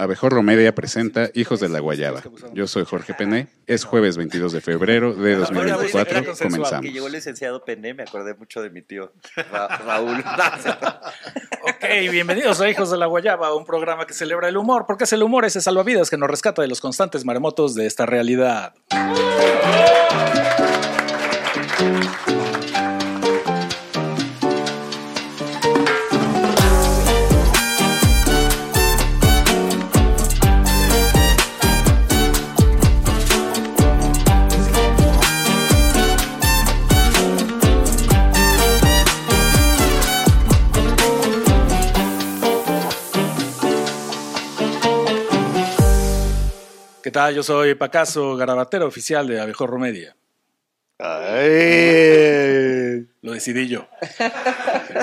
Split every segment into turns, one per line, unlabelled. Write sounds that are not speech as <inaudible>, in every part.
Abejorro Media presenta Hijos de la Guayaba. Yo soy Jorge Pené. Es jueves 22 de febrero de
Ahora voy a sacar
2024.
consensuado,
Comenzamos.
Que llegó el licenciado Pené, me acordé mucho de mi tío Ra- Raúl. No, o sea,
Ok, bienvenidos a Hijos de la Guayaba, un programa que celebra el humor, porque es el humor ese salvavidas que nos rescata de los constantes maremotos de esta realidad. ¿Qué tal? Yo soy Pacaso, garabatero oficial de Abejorro Media. Lo decidí yo.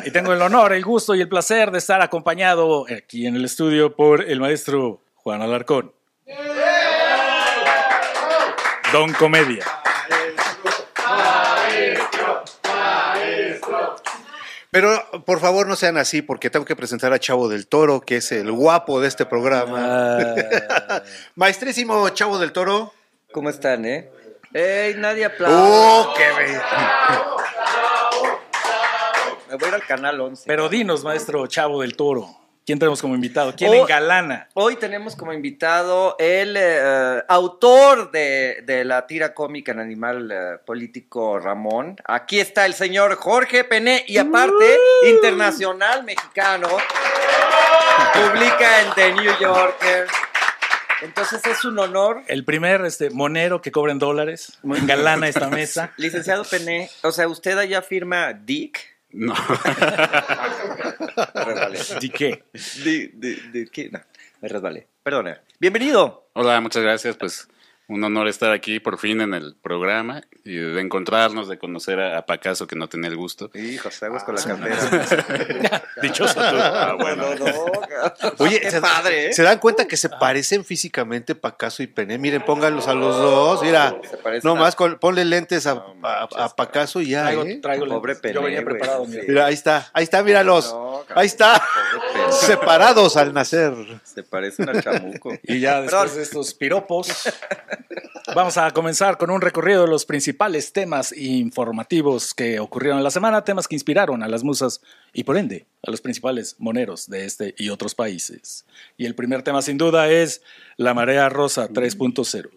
Y tengo el honor, el gusto y el placer de estar acompañado aquí en el estudio por el maestro Juan Alarcón. Don Comedia.
Pero por favor no sean así, porque tengo que presentar a Chavo del Toro, que es el guapo de este programa.
Ah,
<laughs> Maestrísimo Chavo del Toro.
¿Cómo están, eh? ¡Ey, nadie aplaude!
¡Oh, qué be-
Me voy a ir al canal 11.
Pero dinos, maestro Chavo del Toro, ¿quién tenemos como invitado? ¿Quién
Oh.
engalana?
Hoy tenemos como invitado el eh, autor de, de la tira cómica en Animal eh, Político Ramón. Aquí está el señor Jorge Pené y aparte
Uh.
internacional mexicano. Publica en The New Yorker. Entonces es un honor
El primer este, monero que cobra en dólares, engalana esta <laughs> mesa.
Licenciado Pené, o sea, usted allá firma Dick.
No, <laughs>
Me resbalé.
¿Y qué?
Di- di- di- ¿qué? No, me resbalé. Perdona. Bienvenido.
Hola, muchas gracias. Pues un honor estar aquí por fin en el programa y de encontrarnos, de conocer a, a Pacaso que no tenía el gusto.
Hijo, se aguas con la cartera.
<laughs>
Dichoso tú. Ah,
No,
bueno.
no, no.
Oye,
qué
¿se,
padre, ¿eh?
¿se dan cuenta que se parecen físicamente Pacaso y Pené? Miren, pónganlos a los dos. Mira,
Se parecen
nomás
a-
col- ponle lentes a, a, a Pacaso y ya.
Traigo,
¿eh?
traigo la-
Pobre Pené,
Yo venía
güey.
preparado. mira.
Sí.
Mira, ahí está, ahí está, míralos.
No, cabrón.
Ahí está, <laughs> separados al nacer.
Se parecen al chamuco.
Y ya después
Perdón.
de estos piropos, vamos a comenzar con un recorrido de los principales temas informativos que ocurrieron en la semana, temas que inspiraron a las musas y por ende a los principales moneros de este y otros países. Y el primer tema sin duda es la marea rosa 3.0.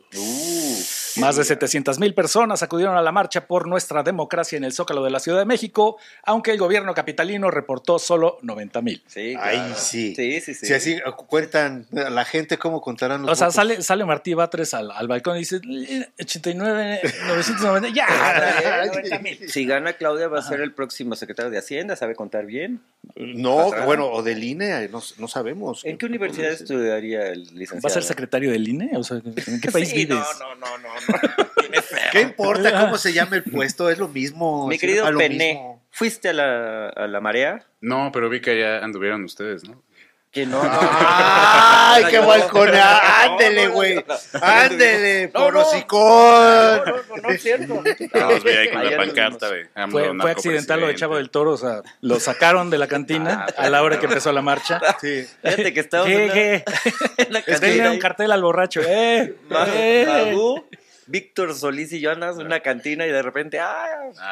Más de 700 mil personas acudieron a la marcha por nuestra democracia en el Zócalo de la Ciudad de México, aunque el gobierno capitalino reportó solo 90 mil.
Sí,
Ahí
claro.
sí.
Sí, sí, sí.
Si así cuentan a la gente, ¿cómo contarán los
O sea,
votos?
sale, sale Martí Batres al, al balcón y dice, "Eh, 89, 990,
<laughs>
ya,
Ah, Ándale,
90 mil.
Si gana Claudia va a ser el próximo secretario de Hacienda, sabe contar bien.
No,
Atrás.
bueno, o del INE, no, no sabemos.
¿En qué universidad estudiaría el licenciado?
¿Va a ser secretario del INE? O sea, ¿en qué país
Sí,
vives?
no, no, no, no, no. Tiene feo.
¿Qué importa cómo se
<laughs>
llame el puesto? Es lo mismo.
Mi
sí,
querido
a lo
<laughs> Pené,
mismo.
¿fuiste a la, a la marea?
No, pero vi que allá anduvieron ustedes, ¿no?
Que no. no.
¡Ay, qué
No,
balcona!
no,
¡Ándele,
no,
güey!
no, no, no.
¡Ándele,
No,
por
no.
hocicón!
No, no, no es cierto.
No, los vi ahí con
Ayer
la
nos
pancarta
vimos.
de AMLO,
Fue, fue accidental lo de Chavo del Toro, o sea, lo sacaron de la cantina
Ah,
a la hora que empezó la marcha.
<laughs>
Sí.
Fíjate que estábamos en la-
¿Qué,
en la
qué?
cantina
Denle
y-
un cartel al borracho. ¡Eh!
Ma-
eh.
Magú, Víctor Solís y yo andamos en una cantina y de repente, ¡ah!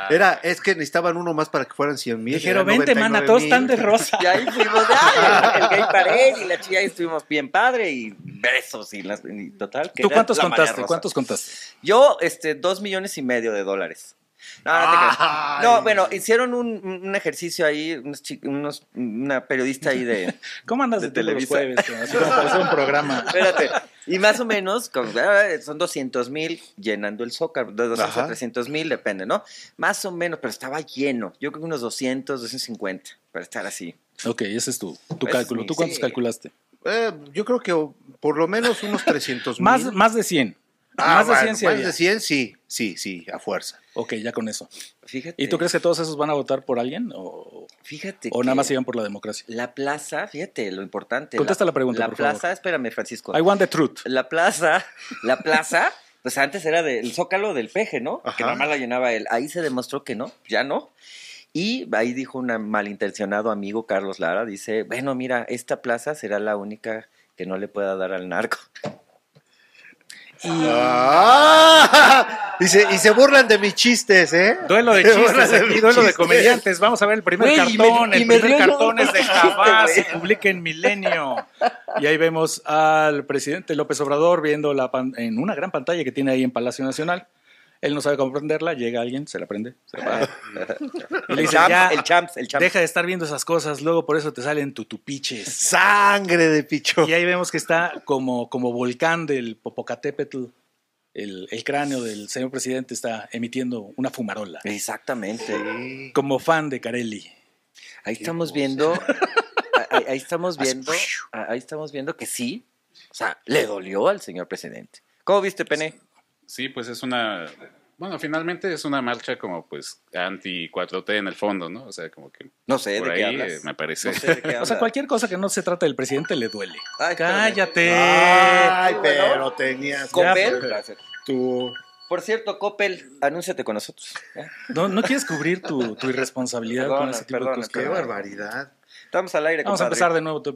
Era, es que necesitaban uno más para que fueran 100 mil.
Dijeron, vente, mana, todos están de rosa.
<laughs> Y ahí fuimos, ¡ay! El gay pared y la chilla, y estuvimos bien padre y besos y, las, y total. que
¿Tú
era
cuántos
la marea
contaste?
rosa.
¿Cuántos contaste?
Yo, este, dos millones y medio de dólares. No, no, te
Ah,
<laughs> creas. No, bueno, hicieron un, un ejercicio ahí, unos, chi- unos- una periodista ahí
<laughs>
de...
¿Cómo andas
De
de, Televisa?
Televisa.
jueves? cabrón? Así como para hacer un
<laughs>
programa.
Espérate. Y más o menos, con- ah, son 200 mil llenando el Zócalo, de 200 a
Ajá.
300 mil, depende, ¿no? Más o menos, pero estaba lleno. Yo creo que unos 200, 250, para estar así.
Ok, ese es tu, tu
Pues,
cálculo. ¿Tú cuántos
sí.
calculaste?
Eh, yo creo que o- por lo menos unos
Pues
300
<laughs>
mil.
Más, más de 100.
Ah,
más de
bueno,
100 sí
Más
había.
de 100, sí, sí, sí, a fuerza.
Ok, ya con eso.
Fíjate.
¿Y tú crees que todos esos van a votar por alguien o,
Fíjate.
o nada
que
más iban por la democracia?
La plaza, fíjate lo importante.
Contesta la pregunta,
La
por favor.
plaza, espérame, Francisco.
I want the truth.
La plaza, la plaza, pues antes era del zócalo del peje, ¿no? Que
Ajá.
nada más la llenaba él. Ahí se demostró que no, ya no. Y ahí dijo un malintencionado amigo, Carlos Lara, dice, bueno, mira, esta plaza será la única que no le pueda dar al narco.
Ah, <laughs> y, se, y se burlan de mis chistes, ¿eh?
Duelo
<laughs>
de
Se burlan
chistes, aquí,
mis
duelo de
chistes.
comediantes. Vamos a ver el primer
Güey, y me-
cartón.
y
el
me
primer
dio
cartón
yo.
es de Javás.
Güey.
Se publica en Milenio. Y ahí vemos al presidente López Obrador viendo la pan- en una gran pantalla que tiene ahí en Palacio Nacional. Él no sabe cómo prenderla. Llega alguien, se la prende. se la apaga. Y le
El
dice,
champs,
"Ya,
el champs, el champs.
Deja de estar viendo esas cosas. Luego por eso te salen tutupiches.
Sangre de picho.
Y ahí vemos que está como, como volcán del Popocatépetl. El, el cráneo del señor presidente está emitiendo una fumarola.
Exactamente.
Como fan de Carelli.
Ahí estamos viendo, ahí, ahí estamos viendo, ahí estamos viendo que sí, o sea, le dolió al señor presidente. ¿Cómo viste, Pene?
Sí, pues es una. Bueno, finalmente es una marcha como pues anti 4T en el fondo, ¿no? O sea, como que
No sé
por
de qué
ahí
hablas.
eh, me parece.
No sé de qué
O sea,
hablas.
cualquier cosa que no se trate del presidente le duele.
Ay, Ah.
Cállate. pues.
Ay,
Bueno.
pero tenías
Coppel.
tu...
Por cierto, Coppel, anúnciate con nosotros. ¿eh?
No, no quieres cubrir tu, tu irresponsabilidad
Perdona,
con ese tipo
perdona,
de cosas.
Qué
perdona.
barbaridad.
Estamos al aire,
Vamos a
Este
empezar
compadre.
de nuevo todo el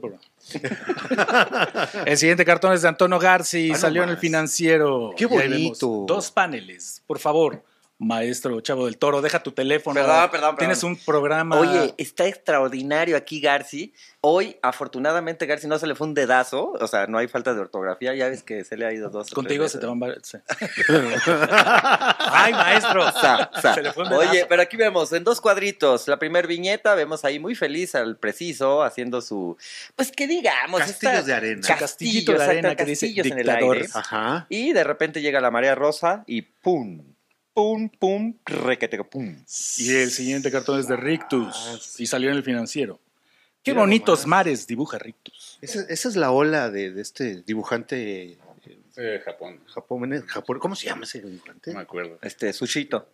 programa. <laughs> el siguiente cartón es de Antonio Garci,
Ah, no
salió en el
más.
financiero.
Qué
Y ahí vemos
bonito.
Dos paneles, por favor. Maestro Chavo del Toro, deja tu teléfono.
Perdón, perdón, perdón.
Tienes un programa.
Oye, está extraordinario aquí Garci. Hoy, afortunadamente, Garci no se le fue un dedazo. O sea, no hay falta de ortografía. Ya ves que se le ha ido dos. o
contigo
tres
se
veces.
te van varios.
<laughs>
sí. Ay, maestro.
Sa,
<laughs>
sa.
Se le fue un dedazo.
Oye, pero aquí vemos en dos cuadritos. La primer viñeta, vemos ahí muy feliz al preciso haciendo su. Pues que digamos.
Castillos de arena.
Castillos,
Castillito de arena
exacto,
que dice
castillos en el
dictador.
aire.
Ajá.
Y de repente llega la marea rosa y ¡pum! ¡pum! ¡pum! ¡requete pum!
Y el siguiente cartón es de
Ah,
Rictus y salió en el financiero. Qué
Mira
bonitos
nomás.
mares dibuja Rictus.
Esa, esa es la ola de, de este dibujante
Eh, Japón,
japón, Japón- ¿Cómo se llama ese
no
dibujante?
me acuerdo.
Este, Sushito.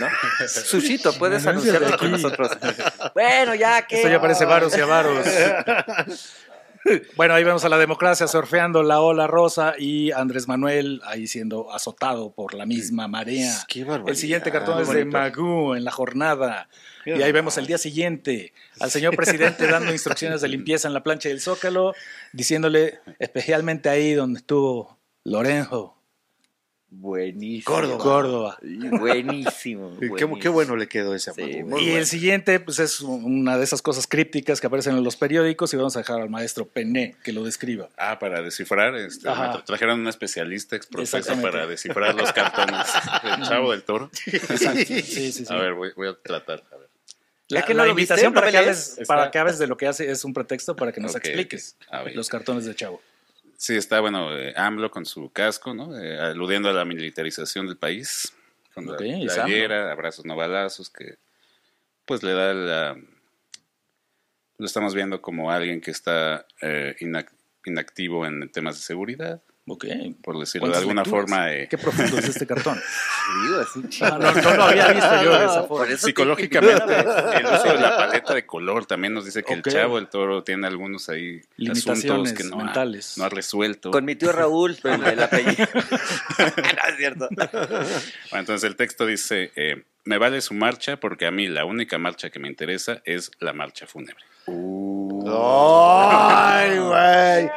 ¿No? Sushito, puedes
Anuncios de
anunciarte con
aquí.
nosotros. <laughs> Bueno, ya que.
Esto ya parece varos y
<laughs>
avaros. Bueno, ahí vemos a la democracia surfeando la ola rosa y Andrés Manuel ahí siendo azotado por la misma marea.
Qué barbaridad.
El siguiente cartón es de
Bonito.
Magú en la jornada. Y ahí vemos el día siguiente al señor presidente dando
<laughs>
instrucciones de limpieza en la plancha del Zócalo, diciéndole especialmente ahí donde estuvo Lorenzo
Buenísimo.
Córdoba.
Córdoba.
Buenísimo.
<laughs>
Qué-
buenísimo.
Qué, bueno le quedó ese
Sí,
amago.
muy
Y el siguiente, pues es una de esas cosas crípticas que aparecen en los periódicos y vamos a dejar al maestro Pené que lo describa.
Ah, para descifrar, este, me
Ajá.
tra- trajeron un especialista exprofeso
Exactamente.
para descifrar los
<laughs>
cartones del Chavo del Toro.
Sí, sí, sí.
A ver, voy, voy a tratar. a ver.
La,
Es que
la
no lo viste,
invitación
¿no
para, que
pelees?
hables, para que hables de lo que hace es un pretexto para que nos
Ok,
expliques
ok. A ver.
los cartones de Chavo.
Sí, está, bueno, eh, AMLO con su casco, ¿no? Eh, aludiendo a la militarización del país. Con
Ok,
la
es
playera, abrazos no balazos, que pues le da la... Lo estamos viendo como alguien que está eh, inac- inactivo en temas de seguridad,
Ok.
por decirlo de
¿Cuántas
alguna
lecturas?
forma. eh,
Qué profundo es
<laughs>
este cartón.
Digo, así,
Ah, no, no lo había visto yo de esa forma.
Por eso te-
psicológicamente, <laughs> el uso de la paleta de color también nos dice que
Ok.
el chavo, el toro, tiene algunos ahí
Limitaciones
asuntos que no,
mentales.
Ha, no ha resuelto.
<laughs> Con mi tío Raúl, el el apellido. <laughs> no, es cierto.
Bueno, entonces el texto dice, eh, me vale su marcha porque a mí la única marcha que me interesa es la marcha fúnebre.
¡Ay, güey!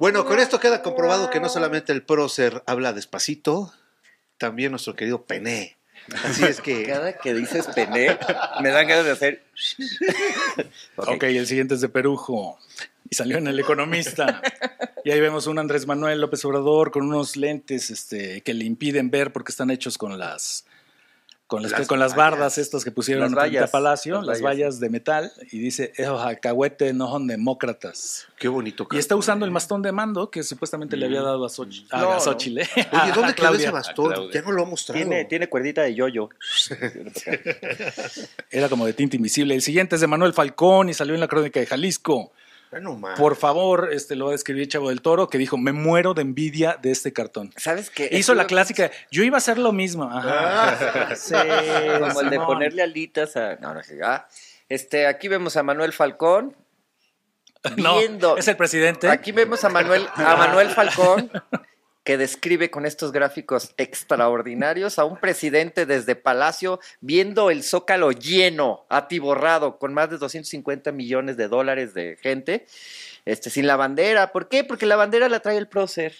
Bueno, con esto queda comprobado que no solamente el prócer habla despacito, también nuestro querido Pené. Así es que.
Cada que dices pene, me dan ganas de hacer. <laughs>
Ok, el siguiente es de Perujo. Y salió en El
<laughs>
Economista. y ahí vemos un Andrés Manuel López Obrador con unos lentes este, que le impiden ver porque están hechos con las. Con las,
Las
con las
vallas.
bardas estas que pusieron
Las
en frente a
vallas,
Palacio,
las
las,
vallas.
vallas. de metal, y dice, esos alcahuetes no son demócratas.
Qué bonito.
Y
cartón,
está usando el
eh.
bastón de mando que supuestamente le había dado a, Xoch- a-
No,
a Xochitl, a-
Oye,
a
¿dónde quedó
Claudia.
ese bastón?
Claudia.
Ya no lo ha mostrado.
Tiene, tiene cuerdita de yoyo.
<laughs> <laughs> Era como de tinta invisible. El siguiente es de Manuel Falcón y salió en la crónica de Jalisco.
Bueno, man. <laughs>
Por favor, este lo va a describir Chavo del Toro, que dijo, me muero de envidia de este cartón.
¿Sabes qué?
Hizo la
Estuve
clásica, yo iba a hacer lo mismo.
Ah.
<laughs> Ajá. Sí,
Como el de
Eh, Simón.
ponerle alitas a. No, no, ah. Este, aquí vemos a Manuel Falcón.
<laughs> No,
Viendo.
es el presidente.
Aquí vemos a Manuel, a Manuel Falcón, que describe con estos gráficos extraordinarios a un presidente desde Palacio viendo el zócalo lleno, atiborrado, con más de 250 millones de dólares de gente. este, sin la bandera. ¿Por qué? Porque la bandera la trae el prócer,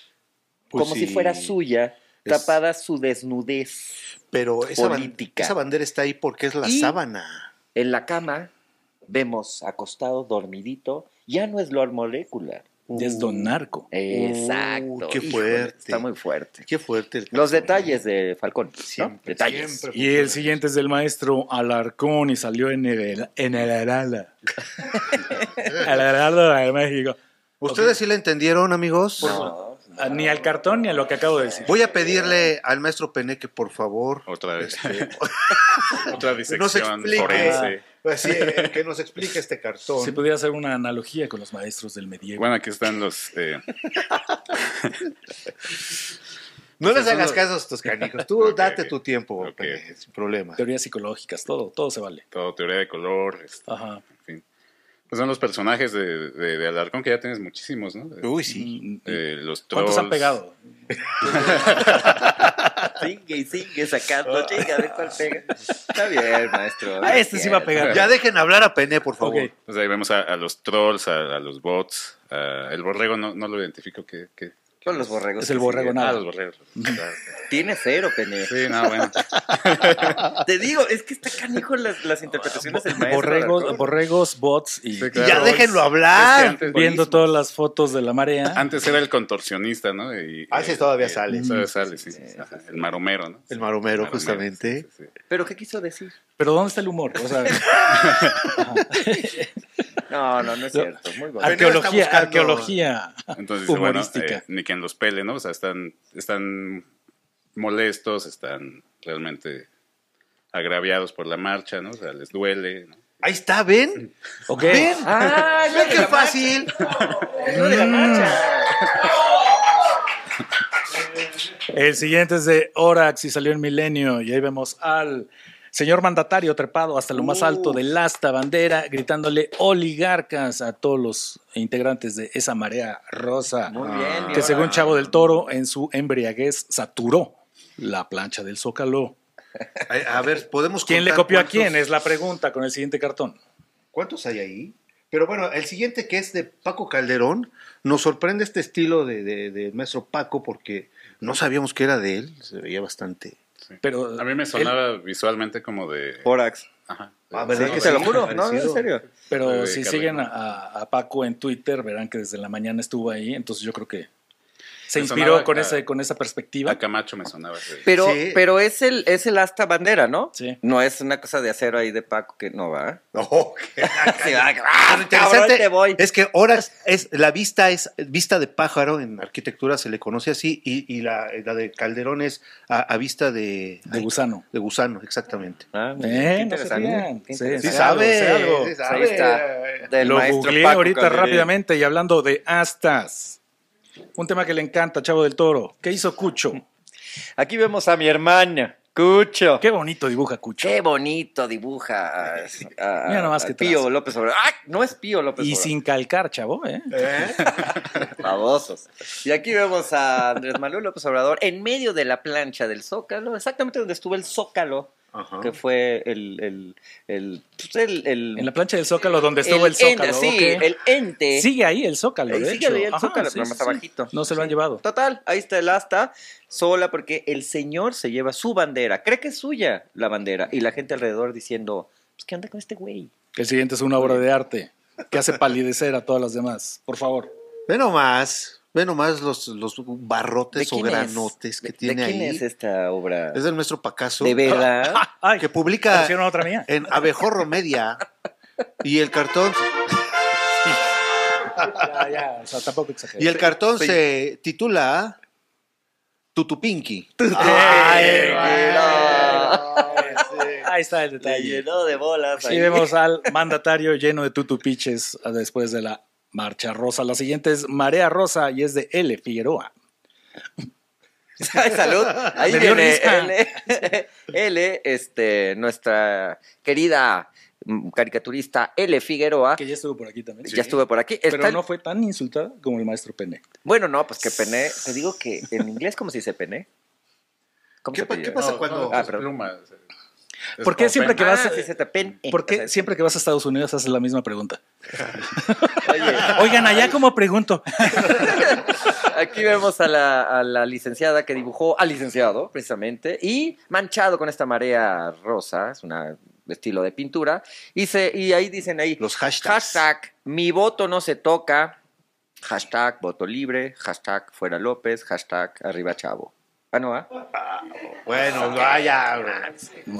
Pues
como
sí.
si fuera suya,
Es-
tapada su desnudez.
Pero esa, ban-
Política.
esa bandera está ahí porque es la
Y-
sábana.
En la cama vemos acostado, dormidito, ya no es Lord Molécula.
Ya es Don Narco.
Uh. Exacto.
Uy, qué
Híjole,
fuerte.
Está muy fuerte.
Qué fuerte. el
Los
cartón.
detalles de Falcón. ¿no?
Siempre,
Detalles.
siempre.
Y el siguiente es del maestro Alarcón y salió en el, en el Arala. <laughs> el Arala de México.
¿Ustedes sí la entendieron, amigos?
No.
Ah, Ni al cartón ni a lo que acabo de decir.
Voy a pedirle al maestro Pené que por favor
Otra
<laughs>
vez.
<laughs>
Otra
nos
disección
explique.
forense.
Así, eh, que nos explique este cartón.
Si pudiera hacer una analogía con los maestros del medievo.
Bueno, aquí están los. eh,
no les
Eso
hagas
no-
caso a estos canijos. Tú
Ok,
date
ok.
tu tiempo,
Ok.
Pené, sin problema.
Teorías psicológicas, todo, todo se vale.
todo teoría de color. este,
Ajá.
en fin. Pues son los personajes de, de- de Alarcón que ya tienes muchísimos, ¿no? De-
Uy, sí.
de los
Mm, ¿Cuántos han
Eh, trolls.
pegado?
Sigue y sigue
Ah.
sacando. Chinga, a ver cuál pega. Está bien, maestro.
Ah, este sí va a pegar.
Ya dejen hablar a Pené, por favor.
Ok.
Pues ahí vemos a, a los trolls, a, a los bots. a- el borrego no, no lo identifico. ¿qué, qué?
Son los borregos. Ah,
Es el borrego
Ah,
nada.
los borregos. Claro.
Tiene cero, Pene.
Sí, no,
<laughs>
bueno.
Te digo, es que está canijo las, las interpretaciones del maestro.
Borregos,
Alarcón.
borregos, bots y
Sí,
Y
claro.
ya déjenlo hablar.
Ah,
Es que antes-
viendo todas las fotos de la marea.
Antes era el contorsionista, ¿no? Y,
Ah, sí, todavía
eh,
sale.
Todavía sale, sí.
sí,
Ajá, El maromero, ¿no?
El maromero, justamente.
sí, sí.
Pero, ¿qué quiso decir?
Pero ¿dónde está el humor? O sea,
No, no, no es cierto. Muy bueno.
Pero está
arqueología,
buscando-
arqueología
Entonces, dice, bueno, eh,
humorística.
ni quien los pele, ¿no? O sea, están, están molestos, están realmente agraviados por la marcha, ¿no? O sea, les duele, ¿no?
Ahí está, ven.
Ok.
Ven.
¡Ah,
Ven qué fácil.
Lo
Mm.
de la marcha!
El siguiente es de Orax y salió en Milenio. Y ahí vemos al señor mandatario trepado hasta lo más alto del asta bandera, gritándole oligarcas a todos los integrantes de esa marea rosa.
Muy bien. mi
Ah. Que
Alarcón.
según Chavo del Toro, en su embriaguez saturó la plancha del Zócalo.
A, a ver, podemos
¿Quién le
contar
copió a
cuántos-
quién? Es la pregunta con el siguiente cartón.
¿Cuántos hay ahí? Pero bueno, el siguiente que es de Paco Calderón, nos sorprende este estilo de, de- de maestro Paco porque no sabíamos que era de él, se veía bastante. <laughs>
Pero
A mí me
él-
sonaba visualmente como de...
Borax.
Ajá.
Ah, ¿verdad
Sí,
que
Sí,
no,
te
de-
lo juro, no,
Parecido.
en serio.
pero
de
si
Carmen,
siguen
¿no?
a, a Paco en Twitter, verán que desde la mañana estuvo ahí. Entonces yo creo que se
Me
inspiró
sonaba
con,
a-
ese, con esa perspectiva.
A Camacho me sonaba. de-
Pero,
Sí.
pero es el, es el asta bandera, ¿no?
Sí.
No es una cosa de acero ahí de Paco que no va.
Oh, qué-
Sí, va,
Lo
ah, cabrón,
interesante
te voy.
es que ahora es, la vista es vista de pájaro, en arquitectura se le conoce así, y, y la, la de Calderón es a, a vista de,
de gusano.
de gusano, exactamente.
Ah, mira,
Eh,
qué
no se rían.
qué
Sí,
Sí,
interesante.
algo,
sabe,
sí, algo.
sí
Ahí está. Del
Lo
maestro
googleé
Paco
ahorita
Calderón.
rápidamente y hablando de astas. Un tema que le encanta, Chavo del Toro. ¿Qué hizo
<laughs>
Cucho?
Aquí vemos a mi hermana, Cucho.
Qué bonito dibuja Cucho.
Qué bonito dibuja a, a-
Mira nomás
a
qué
Pío
trazo.
López Obrador. ¡Ah! No es Pío López
Y
Obrador.
sin calcar, chavo, ¿eh?
<laughs>
<laughs> Babosos. Y aquí vemos a Andrés Manuel López Obrador en medio de la plancha del Zócalo, exactamente donde estuvo el Zócalo,
Ajá.
que fue el... el, el, pues, el- el-
En la plancha del Zócalo, donde estuvo el,
el ente,
Zócalo.
sí,
ok.
el ente.
Sigue ahí el Zócalo,
Ahí
de
sigue
hecho.
ahí el
Ajá,
Zócalo,
sí,
pero
sí,
más
sí.
abajito.
No se lo han
Sí.
llevado.
Total, ahí está el asta sola porque el señor se lleva su bandera, cree que es suya la bandera, y la gente alrededor diciendo, pues ¿qué onda con este güey?
El siguiente es una obra de arte que hace palidecer a todas las demás. Por favor.
Ve nomás, ve nomás los, los
¿De
barrotes o
quién es?
granotes Este que
¿De-
tiene
¿De quién
ahí.
es esta obra?
Es del nuestro Pacaso.
de
<laughs>
verdad.
Ay,
<laughs>
Que publica
pusieron otra mía.
en Abejorro Media. Y el cartón,
Ya, ya, o sea, tampoco exagero.
y el cartón se titula Tutupinki.
<laughs>
Ay,
Mira,
Ahí está el
La
detalle.
llenó de bolas.
Aquí
ahí.
vemos al mandatario lleno de tutupiches ah, después de la marcha rosa. La siguiente es Marea Rosa y es de L. Figueroa.
Ay, salud. Ahí
Me dio
viene
risa.
L, <laughs> L, este, nuestra querida mm, caricaturista L. Figueroa.
Que ya estuvo por aquí también.
Ya estuve por aquí. Está
Pero
el-
no fue tan insultada como el maestro Pene.
Bueno, no, pues que pené. Te digo que en inglés, ¿cómo se dice pené? ¿Cómo
¿Qué
se
pa-
pide?
qué pasa?
No, no,
cuando-
las
Ah, perdón.
plumas.
¿Por qué
como
siempre que
pena.
vas a,
Ah, sí, se te pen-
Eh,
por qué
o sea,
siempre que vas a Estados Unidos haces la misma pregunta?
Oye,
Oigan, allá como pregunto.
<laughs> aquí vemos a la, a la licenciada que dibujó, al licenciado, precisamente, y manchado con esta marea rosa, es una estilo de pintura, y, se, y ahí dicen ahí,
Los hashtags.
hashtag, mi voto no se toca, hashtag, voto libre, hashtag, fuera López, hashtag, arriba Chavo. Ah, no, ¿ah?
Bueno, vaya, bro.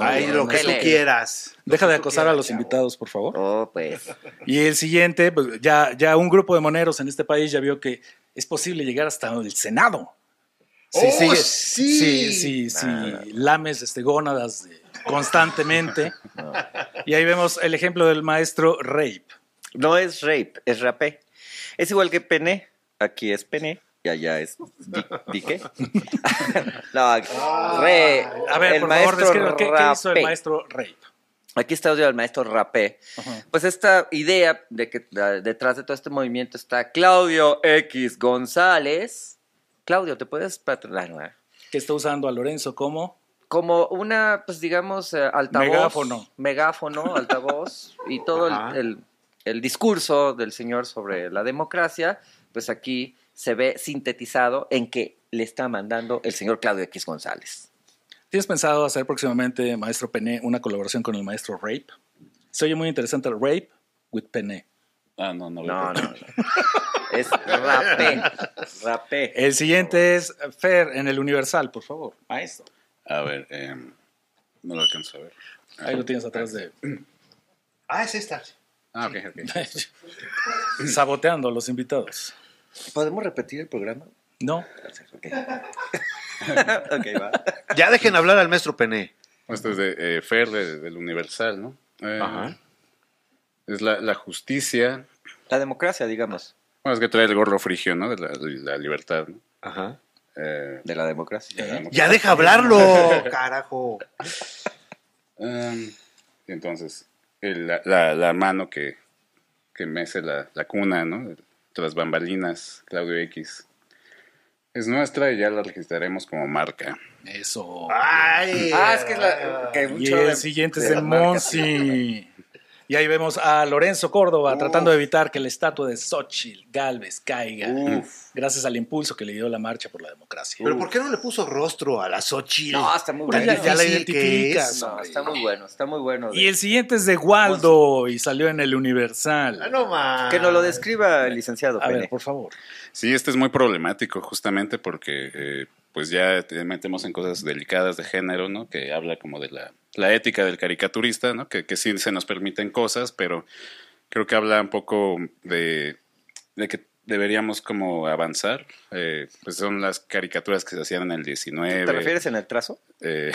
Ay, lo que tú
Dele.
quieras.
Deja de acosar a los invitados, por favor.
Oh, pues.
Y el siguiente, pues ya, ya un grupo de moneros en este país ya vio que es posible llegar hasta el Senado.
¡Oh,
sigue-
sí!
sí, sí, sí, lames este, gónadas eh, constantemente. Y ahí vemos el ejemplo del maestro Rape.
No es rape, es rapé. Es igual que pene. Aquí es pene y allá es di- dique. <laughs> no, re.
A ver,
el
por favor,
maestro
describe ¿qué, qué hizo el
rapé.
maestro Rape.
Aquí está audio del maestro rapé.
Ajá.
Pues esta idea de que la- detrás de todo este movimiento está Claudio X González. Claudio, ¿te puedes patronar? no?
Que está usando a Lorenzo como
como una, pues digamos, eh, altavoz.
Megáfono. <laughs>
Megáfono, altavoz, y todo el,
Ajá.
el- el discurso del señor sobre la democracia, pues aquí se ve sintetizado en que le está mandando el señor Claudio X González.
¿Tienes pensado hacer próximamente, maestro Pené, una colaboración con el maestro Rape? Se oye muy interesante el Rape with Pené.
Ah, no, no.
No, no, no. Es
<laughs>
rapé, rapé.
El siguiente es Fer en el Universal, por favor, maestro.
A ver, em, no lo alcanzo a ver.
Ahí lo tienes atrás de...
Ah, es esta.
Ah, ok,
<laughs>
ok.
Saboteando a los invitados.
¿Podemos repetir el programa?
No,
Ok, Ok, va.
Ya dejen hablar al maestro Pené.
Esto es de eh, Fer, de- del Universal, ¿no? Eh,
Ajá.
Es la, la justicia.
La democracia, digamos,
Bueno, es que trae el gorro frigio, ¿no? De la, la libertad, ¿no?
Ajá.
Eh,
de la democracia.
Ya deja <laughs> hablarlo, carajo.
em, y entonces, el- la, la- la mano que, que mece la, la cuna, ¿no? Tras bambalinas, Claudio X. Es nuestra y ya la registraremos como marca.
eso.
Ay.
Ah, es que es la... que
Y
mucho
el
de-
siguiente
de
es de
las marcas.
Monsi. Y ahí vemos a Lorenzo Córdoba tratando de evitar que la estatua de Xochitl Galvez caiga. Gracias al impulso que le dio la marcha por la democracia.
Pero ¿por qué no le puso rostro a la Xochitl?
No, está muy
Porque
bueno.
Ya, ya la
Difícil que
identificas.
es.
No, está muy bueno, está muy bueno.
Y el siguiente es de Waldo y salió en el
Ah,
Universal.
no más.
Que nos lo describa el licenciado
A
Pene.
ver, pues, por favor.
Sí, este es muy problemático justamente porque eh, pues ya te metemos en cosas delicadas de género, ¿no? Que habla como de la, la ética del caricaturista, ¿no? Que, que sí se nos permiten cosas, pero creo que habla un poco de, de que deberíamos como avanzar. Eh, pues son las caricaturas que se hacían en el 19.
¿Te refieres en el trazo?
eh,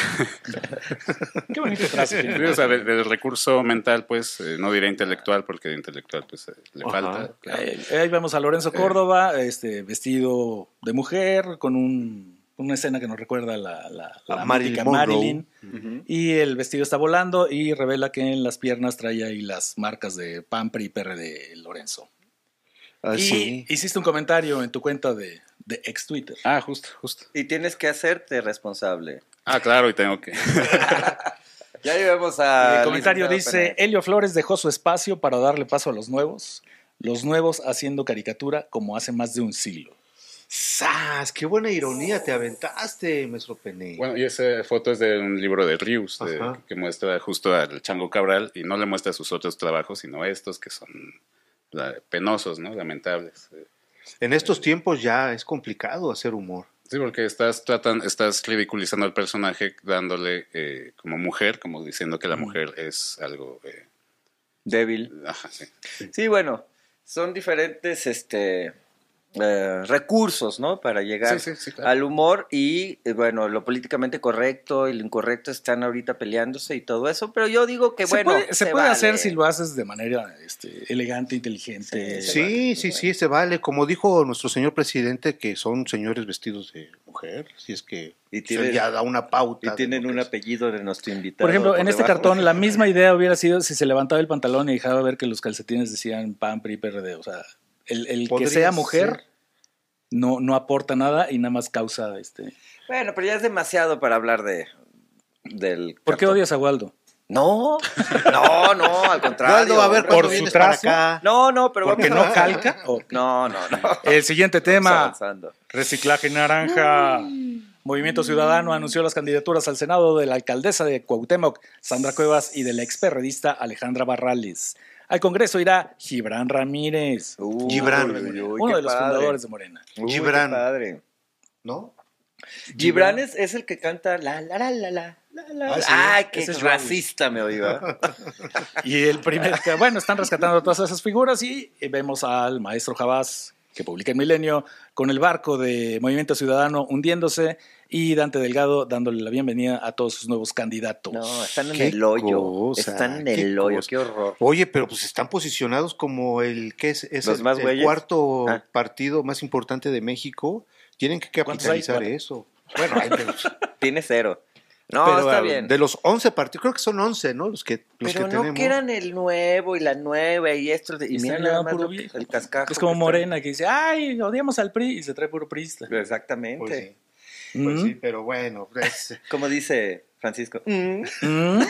<laughs> Qué bonito trazo
Sí, <laughs>
tiene.
o sea, de- del, recurso mental, pues, eh, no diré intelectual, porque de intelectual pues eh, le
Ajá.
falta.
Eh.
Ahí Eh, ahí vemos a
Eh.
Lorenzo Córdoba, este, vestido de mujer, con un- una escena que nos recuerda a la, la,
A
la
Marilyn
mítica
Monroe.
Marilyn. Y el vestido está volando y revela que en las piernas trae ahí las marcas de Pampri y PRD de Lorenzo.
Ah,
y
sí.
hiciste un comentario en tu cuenta de, de ex Twitter.
Ah, justo, justo.
Y tienes que hacerte responsable.
Ah, claro, y tengo que.
Ya llevamos
Y
Ah,
a.
el comentario dice, Helio Flores dejó su espacio para darle paso a los nuevos, los nuevos haciendo caricatura como hace más de un siglo.
¡Sas! ¡Qué buena ironía te aventaste, maestro Pené!
Bueno, y esa foto es de un libro de Rius, de-
Ajá.
que muestra justo al Chango Cabral, y no le muestra sus otros trabajos, sino estos que son la- penosos, ¿no? Lamentables. Eh,
en estos tiempos ya es complicado hacer humor.
Sí, porque estás tratan, estás ridiculizando al personaje, dándole eh, como mujer, como diciendo que la mujer es algo. eh,
Débil.
ajá, sí.
Sí, bueno, son diferentes este, eh, recursos, ¿no? Para llegar
Sí, sí, sí, claro.
al humor y, eh, bueno, lo políticamente correcto y lo incorrecto están ahorita peleándose y todo eso, pero yo digo que,
se
bueno.
puede, se puede
vale.
hacer si lo haces de manera este, elegante, inteligente.
Se
Sí,
vale,
sí,
se
sí, se vale. Como dijo nuestro señor presidente, que son señores vestidos de mujer. Si es que
Y
eso
tienen-
ya da una pauta.
Y
de
tienen
lo que
un
es.
apellido de nuestro invitado.
Por ejemplo, en este
debajo.
cartón la misma idea hubiera sido si se levantaba el pantalón y dejaba ver que los calcetines decían PAN, PRI, PRD. O sea, el, el que
Podría
sea
ser.
mujer no, no aporta nada y nada más causa... este
Bueno, pero ya es demasiado para hablar de del.
¿Por qué
cartón.
odias a Waldo?
No, <laughs> no, no, al contrario.
Waldo, a ver,
hombre.
¿cuándo
Por su
vienes para
trazo.
acá?
No, no, pero
Porque
vamos a-
no calca. ¿o qué?
No, no,
<laughs>
no.
El siguiente tema,
Avanzando.
reciclaje naranja. Movimiento Ciudadano anunció las candidaturas al Senado de la alcaldesa de Cuauhtémoc, Sandra Cuevas, y de la experredista Alejandra Barrales. Al Congreso irá Gibran Ramírez,
Uy,
Gibran.
uy, uy,
uno
qué
de los
padre.
fundadores de Morena.
Uy, qué
Gibran.
padre.
¿No?
Gibran es, es el que canta la la la la la la la.
Ah, sí.
Ay, qué
Ese es
racista me ¿eh? oí,
<laughs>
¿verdad?
Y el primer, que, bueno, están rescatando todas esas figuras y eh, vemos al maestro Javás, que publica en Milenio, con el barco de Movimiento Ciudadano hundiéndose y Dante Delgado dándole la bienvenida a todos sus nuevos candidatos.
No, están en
Qué
el hoyo.
cosa,
están en
qué
el hoyo,
cosa.
qué horror.
Oye, pero pues están posicionados como el que es, es
Los
el,
más
el
güeyes.
cuarto
Ah.
partido más importante de México. Tienen que
¿Cuántos hay?
capitalizar
Cuatro.
eso. Bueno, hay, pero,
Tiene cero. <laughs> No,
pero,
está
ah,
bien.
de los 11 partidos, creo que son 11, ¿no? Los que, los
pero
que
no
tenemos.
que eran el nuevo y la nueva y esto. Y
Está
mira
llevado
nada más
puro
lo que-
viejo.
el cascajo.
Es como
que
Morena que dice, ay, odiamos al PRI y se trae puro priista.
está- Exactamente.
Pues sí,
Mm,
pues sí, pero bueno.
<laughs>
pues,
Como dice Francisco.
mm, mm.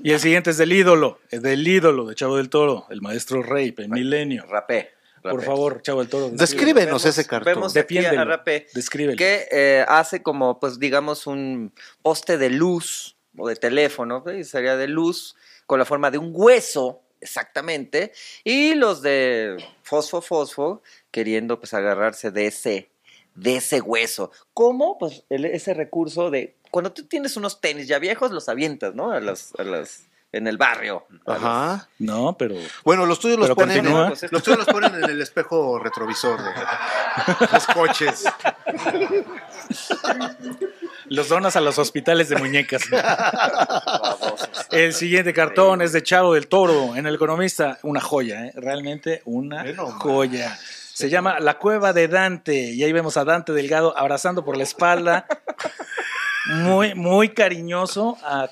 Y el siguiente es del ídolo, es del ídolo de Chavo del Toro, el maestro Rey, el milenio.
Rapé.
Por favor, Chavo del Toro.
Describe. Escríbenos
Vemos-
ese cartón.
Vemos aquí a- a
Defiéndelo.
Rapé.
Descríbelo.
que eh, hace como, pues digamos, un poste de luz o de teléfono, ¿ok? sería de luz, con la forma de un hueso, exactamente, y los de fosfo, fosfo, queriendo pues agarrarse de ese, de ese hueso. ¿Cómo? Pues el- ese recurso de, cuando tú tienes unos tenis ya viejos, los avientas, ¿no? A las, a las, en el barrio. a las-
Ajá.
No, pero
Bueno, los tuyos los
Pero
ponen,
continúa.
en, los tuyos los ponen en el espejo
<laughs>
retrovisor de los coches.
los donas a los hospitales de muñecas. ¿no? El siguiente cartón es de Chavo del Toro, en El Economista, una joya, ¿eh? realmente una
Ve nomás.
joya. Se llama La Cueva de Dante y ahí vemos a Dante Delgado abrazando por la espalda, muy, muy cariñoso a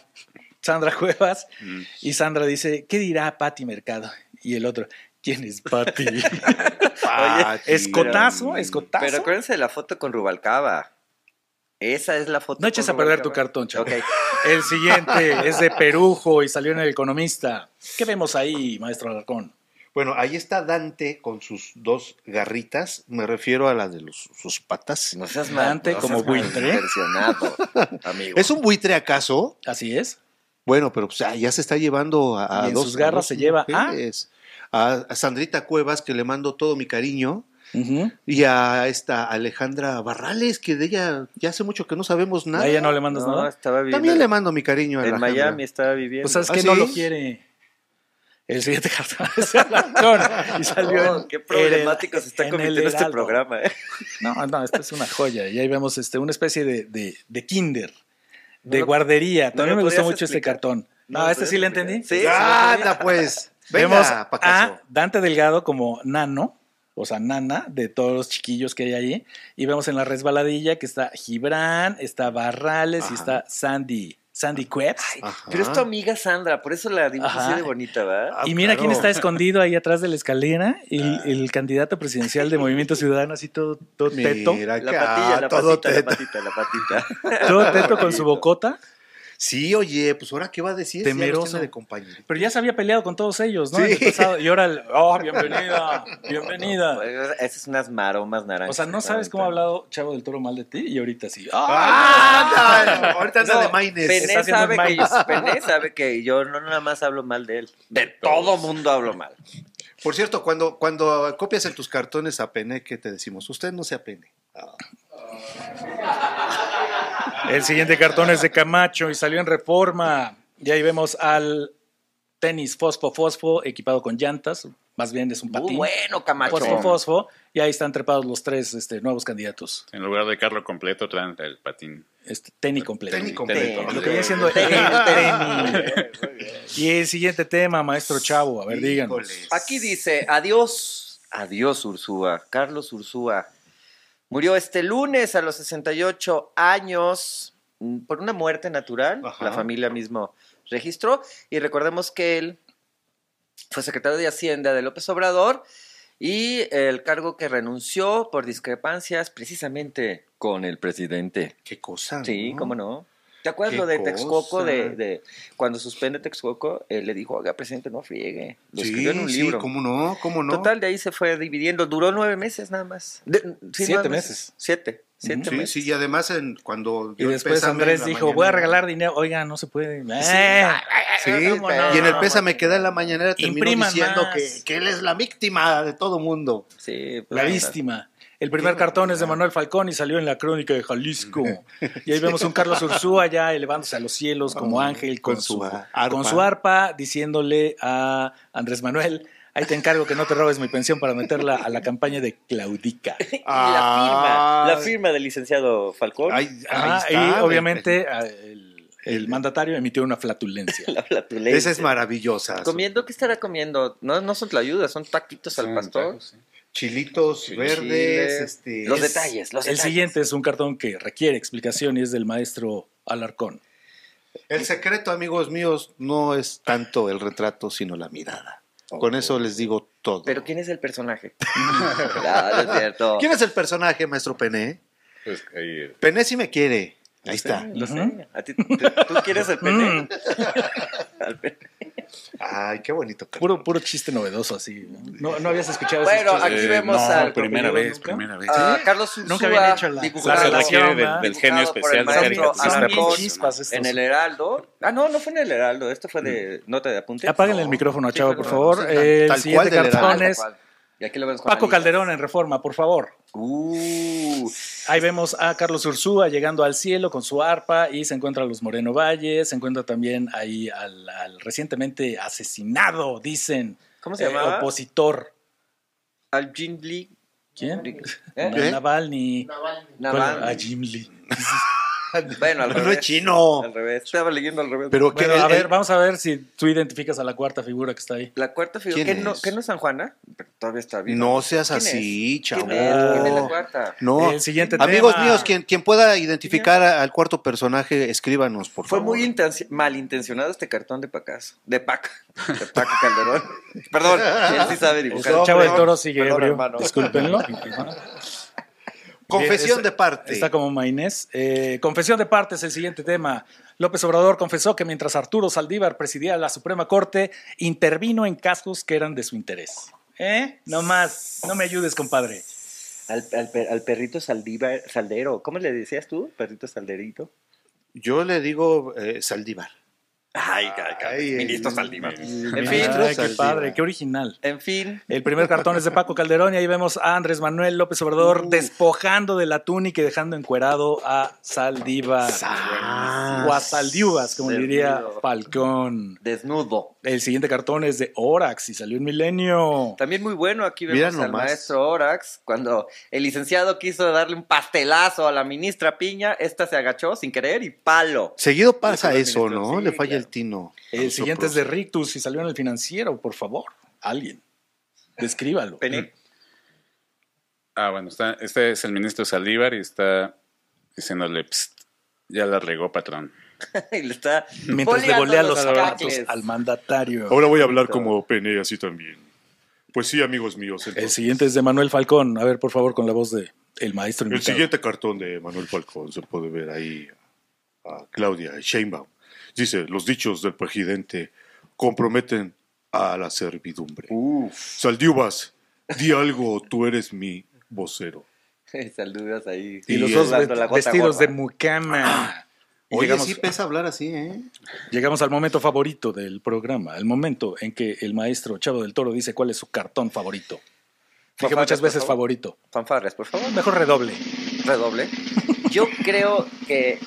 Sandra Cuevas
Mm.
y Sandra dice, ¿qué dirá Patti Mercado? Y el otro, ¿quién es
<laughs>
Patti?
Pati.
escotazo, escotazo.
Pero acuérdense de la foto con Rubalcaba. Esa es la foto.
No eches
con
a perder tu
Rubalcaba.
cartón, Chavo.
<laughs> Ok.
El siguiente es de Perujo y salió en El Economista. ¿Qué vemos ahí, maestro Alarcón?
Bueno, ahí está Dante con sus dos garritas. Me refiero a la de los- sus patas.
No seas
Dante
mal-
como
seas mal
buitre.
<laughs> intencionado, amigo.
¿Es un buitre acaso?
Así es.
Bueno, pero pues, ah, ya se está llevando a, a
Y en
dos.
sus garras
a dos
se lleva ah. a-
mujeres. a... a Sandrita Cuevas, que le mando todo mi cariño.
Ujú.
Y a esta Alejandra Barrales, que de ella ya hace mucho que no sabemos nada.
A ella no le mandas
No,
nada.
estaba viviendo.
También le mando mi cariño a
En
Alejandra.
Miami estaba viviendo.
Pues sabes
¿Ah,
que
sí?
no lo quiere. El siguiente cartón <laughs> es Alarcón y salió
Oh,
en
qué problemático
Herald-
se está
en
convirtiendo
El
este
Heraldo.
programa. ¿eh?
No, no, esta es una joya. Y ahí vemos este, una especie de, de, de kinder, de
No lo-
guardería.
no
También
lo
me gustó
podías
mucho este
explicar.
cartón.
No
No,
lo
este sí
podías
le
explicar.
entendí.
Sí,
Sí, lo
Ah,
entendí.
anda pues.
<laughs> Vemos ah,
Venga, Pacaso.
a Dante Delgado como nano, o sea, nana de todos los chiquillos que hay allí. Y vemos en la resbaladilla que está Gibran, está Barrales y
Ajá.
está Sandy. Sandy Quebs.
Ajá.
Pero es tu amiga Sandra, por eso la dibujas
Ajá.
así de bonita, ¿verdad?
Ah,
y mira
claro.
quién está escondido ahí atrás de la escalera, el, el candidato presidencial de Movimiento Ciudadano, así todo, todo teto,
Mira
La
acá,
patilla, la
todo
patita, la
teto.
patita, la <laughs> patita.
todo teto con su bocota.
Sí, oye, pues ahora qué va a decir si ya los
Temeroso.
tiene de compañía.
Pero ya se había peleado con todos ellos, ¿no? En
Sí.
el pasado. Y ahora, el- oh, bienvenida, bienvenida.
Esas son unas maromas naranjas.
O sea, no sabes cómo ha hablado Chavo del Toro mal de ti y ahorita sí.
Ah, anda, ahorita anda
No,
de maines.
Pené
Está haciendo
sabe, que,
maines.
Pené sabe que yo no nada más hablo mal de él. De todo mundo hablo mal.
Por cierto, cuando, cuando copias en tus cartones a Pene, ¿qué te decimos? Usted no sea Pene.
El siguiente cartón es de Camacho y salió en reforma. Y ahí vemos al tenis fosfo fosfo equipado con llantas. Más bien es un
Muy
patín.
bueno, Camacho.
fosfo fosfo. Y ahí están trepados los tres este, nuevos candidatos.
En lugar de carro completo, traen el patín.
Este, tenis completo.
Tenis
Ten-
completo.
ten-
Lo que viene siendo el
Tenis,
tenis. Y el siguiente tema, maestro Chavo. A ver, díganos.
Híjoles.
Aquí dice, adiós, adiós Ursúa, Carlos Ursúa. Murió este lunes a los 68 años mm, por una muerte natural,
Ajá.
la familia mismo registró, y recordemos que él fue secretario de Hacienda de López Obrador y el cargo que renunció por discrepancias precisamente con el presidente.
Qué cosa.
Sí, cómo no. ¿Te acuerdas
Qué
lo de Texcoco?
cosa.
De, de- cuando suspende Texcoco, él le dijo, haga presidente, no friegue. Lo escribió en un
sí,
libro.
cómo no, cómo no.
Total, de ahí se fue dividiendo. Duró nueve meses nada más. De- sí,
Siete
nueve
meses.
Siete. Siete
Sí,
meses.
sí, y además en, cuando
Y
dio el
después
pésame en
Andrés
la
dijo,
mañanera-
voy a regalar dinero. Oiga, no se puede.
Sí.
Eh,
Sí,
¿cómo no?
y en el pésame que da en la mañanera terminó
Impriman
diciendo
más.
que, que él es la víctima de todo mundo.
Sí, pues,
La víctima. El primer cartón es de Manuel Falcón y salió en la crónica de Jalisco. Y <laughs> ahí vemos un Carlos Ursúa ya elevándose a los cielos como
Oh,
ángel con,
con
su,
su arpa.
con su arpa, diciéndole a Andrés Manuel, ahí te encargo que no te robes mi pensión para meterla a la campaña de Claudica. <laughs>
Y la firma, la
Ay.
firma del licenciado Falcón.
Ah, Ahí- ahí
Ah,
está,
y obviamente a- el, el mandatario emitió una <laughs> flatulencia.
La flatulencia.
Esa es maravillosa.
¿Comiendo? ¿Qué estará comiendo? No, no son tlayudas, son taquitos Pues al
Son
pastor.
tacos, sí.
Chilitos
Chile.
verdes, este,
Los
es-
detalles, los
El
detalles.
siguiente es un cartón que requiere explicación y es del maestro Alarcón.
El secreto, amigos míos, no es tanto el retrato, sino la mirada. Con eso les digo todo.
Pero ¿quién es el
<laughs>
personaje? no, no es cierto.
¿Quién es el personaje, maestro Pené?
Pues ahí, eh,
Pené sí me quiere. Ahí está.
Lo sé.
Ujú.
¿A ti, ¿Tú quieres el pene?
Mm.
Al pene.
Ay, qué bonito. carnal.
Puro, puro chiste novedoso, así. No, no habías escuchado Eh, esos
Bueno,
chistes.
aquí vemos
eh, no,
al Ah,
primera
compañero
vez,
nunca.
primera vez.
a Carlos Ursúa,
Nunca habían hecho la-
dibujado
la
relación
del,
¿verdad?
del genio
Dibujado por
especial
el
de
maestro
caricaturista
Aragón.
profesional.
Chispas estos.
en el Heraldo. Ah, no, no fue en el Heraldo. Esto fue de
Mm.
nota de apunte.
Apáguenle
No.
el micrófono a
Sí,
Chava,
perdón.
por favor.
sí, tal-
el
tal
siguiente
cual del
Ah,
cartón
tal
es
cual. Y aquí lo vemos con
Paco
anillas.
Calderón en Reforma, por favor.
Uh,
Ahí vemos a Carlos Ursúa llegando al cielo con su arpa y se encuentra a los Moreno Valle, se encuentra también ahí al, al recientemente asesinado, dicen,
¿Cómo se
eh,
llamaba?
opositor.
Al Jim Lee.
¿Quién?
¿Eh?
Na- Navalny. Bueno,
Navalny.
a Jim Lee.
<laughs> Bueno, al
No,
revés.
no es chino.
Al revés. Estaba leyendo al revés.
Pero que
Bueno,
él-
a
él-
ver,
eh.
vamos a ver si tú identificas a la cuarta figura que está ahí.
la cuarta figura.
¿Quién
¿Qué no,
es?
¿Qué no es San Juana? Pero todavía está viva.
no seas
¿Quién es?
así, chavo.
¿Quién es? ¿Quién es la cuarta?
No.
El siguiente
Amigos
Este tema.
míos, quien, quien pueda identificar a- al cuarto personaje, escríbanos, por
Fue
favor.
muy intenci- malintencionado este cartón de Pacazo. De Pac. De Paco Calderón. <laughs> Perdón, él sí sabe
El
dibujar.
Chavo del
Perdón,
Toro sigue
perdón,
ebrio,
hermano. <laughs>
discúlpenlo.
Confesión
Bien,
de parte.
Está como Mainés. Eh, confesión de parte es el siguiente tema. López Obrador confesó que mientras Arturo Saldívar presidía la Suprema Corte, intervino en casos que eran de su interés. ¿Eh? No más, no me ayudes, compadre.
Al, al per- al perrito Saldiva- Saldero. ¿Cómo le decías tú? Perrito Salderito.
Yo le digo eh, Saldívar.
Ay, ay,
Ay,
Ministro
el-
Saldívar. En
el
fin,
ministro
Ay, qué
Saldívar.
padre, qué original.
en fin.
El primer cartón es de Paco Calderón y ahí vemos a Andrés Manuel López Obrador
Uh.
despojando de la túnica y dejando encuerado a Saldívar. O a Saldívar, como
Servido.
diría Falcón.
Desnudo.
El siguiente cartón es de Orax y salió en Milenio.
También muy bueno, aquí
Mira
vemos al
nomás.
maestro Orax, cuando el licenciado quiso darle un pastelazo a la ministra Piña, esta se agachó sin querer y palo.
Seguido pasa
Nicolás
eso,
Ministro,
¿no?
sí,
Le falla
claro.
el tino.
El siguiente es de Rictus y salió en el financiero, por favor. Alguien. Descríbalo.
Mm.
Penny.
Ah, bueno, está, este es el ministro Saldívar y está diciéndole, "Psst, ya la regó, patrón.
<laughs> y le está
Mientras le
boleando
volea los zapatos
cacles.
al mandatario.
Ahora voy a hablar como pene así también. Pues sí, amigos míos.
El
entonces,
siguiente es de Manuel Falcón. A ver, por favor, con la voz de el maestro
el
invitado.
siguiente cartón de Manuel Falcón se puede ver ahí a Claudia Sheinbaum. Dice, los dichos del presidente comprometen a la servidumbre. Saldíubas, di algo, tú eres mi vocero.
<laughs> Saludos ahí.
Y los
Y
dos
el-
dando la
ve-
gota
vestidos
gorda.
de
Ah.
mucama. Y
Oye,
llegamos,
sí pesa hablar así, ¿eh?
llegamos al momento favorito del programa, el momento en que el maestro Chavo del Toro dice cuál es su cartón favorito. Dije
Fanfarrias,
muchas
por
veces
favor.
favorito.
Fanfarrias, por favor,
Mejor redoble.
redoble. Yo creo que